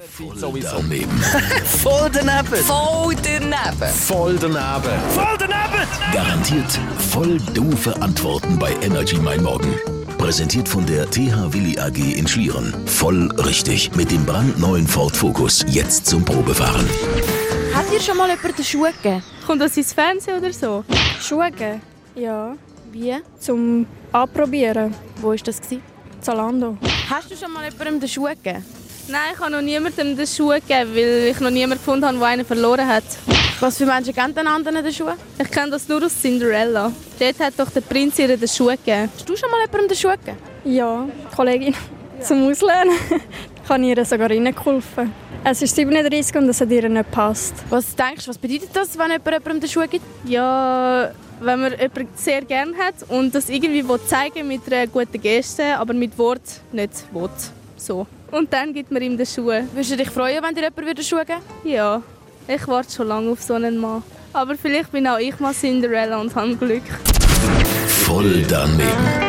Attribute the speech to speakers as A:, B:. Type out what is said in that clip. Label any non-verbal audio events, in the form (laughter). A: Zeit sowieso. (laughs) Voll daneben.
B: Voll daneben.
A: Voll daneben.
C: Garantiert voll doofe Antworten bei Energy Mein Morgen. Präsentiert von der TH Willi AG in Schlieren. Voll richtig. Mit dem brandneuen Ford Focus. Jetzt zum Probefahren.
D: Hat dir schon mal jemand den Schuh gegeben?
E: Kommt das ins Fernsehen oder so?
D: Schuhe gegeben?
E: Ja.
D: Wie?
E: Zum Anprobieren.
D: Wo war das? Gewesen?
E: Zalando.
D: Hast du schon mal jemandem den Schuh gegeben?
E: Nein, ich habe noch niemandem den Schuh gegeben, weil ich noch niemanden gefunden habe, der einen verloren hat.
D: Was für Menschen geben den anderen den Schuh?
E: Ich kenne das nur aus Cinderella. Dort hat doch der Prinz ihr den Schuh gegeben.
D: Hast du schon mal jemandem den Schuh gegeben?
E: Ja, Kollegin. Zum Auslernen (laughs) kann ich ihr sogar reingeholfen. Es ist 37 und es hat ihr nicht gepasst.
D: Was denkst du, was bedeutet das, wenn jemand jemandem den Schuh gibt?
E: Ja, wenn man jemanden sehr gern hat und das irgendwie will zeigen mit einer guten Geste, aber mit Wort nicht will. So. Und dann gibt man ihm den Schuh.
D: Würdest du dich freuen, wenn dir jemand den Schuh geben
E: Ja, ich warte schon lange auf so einen Mann. Aber vielleicht bin auch ich mal Cinderella und habe Glück.
C: Voll daneben.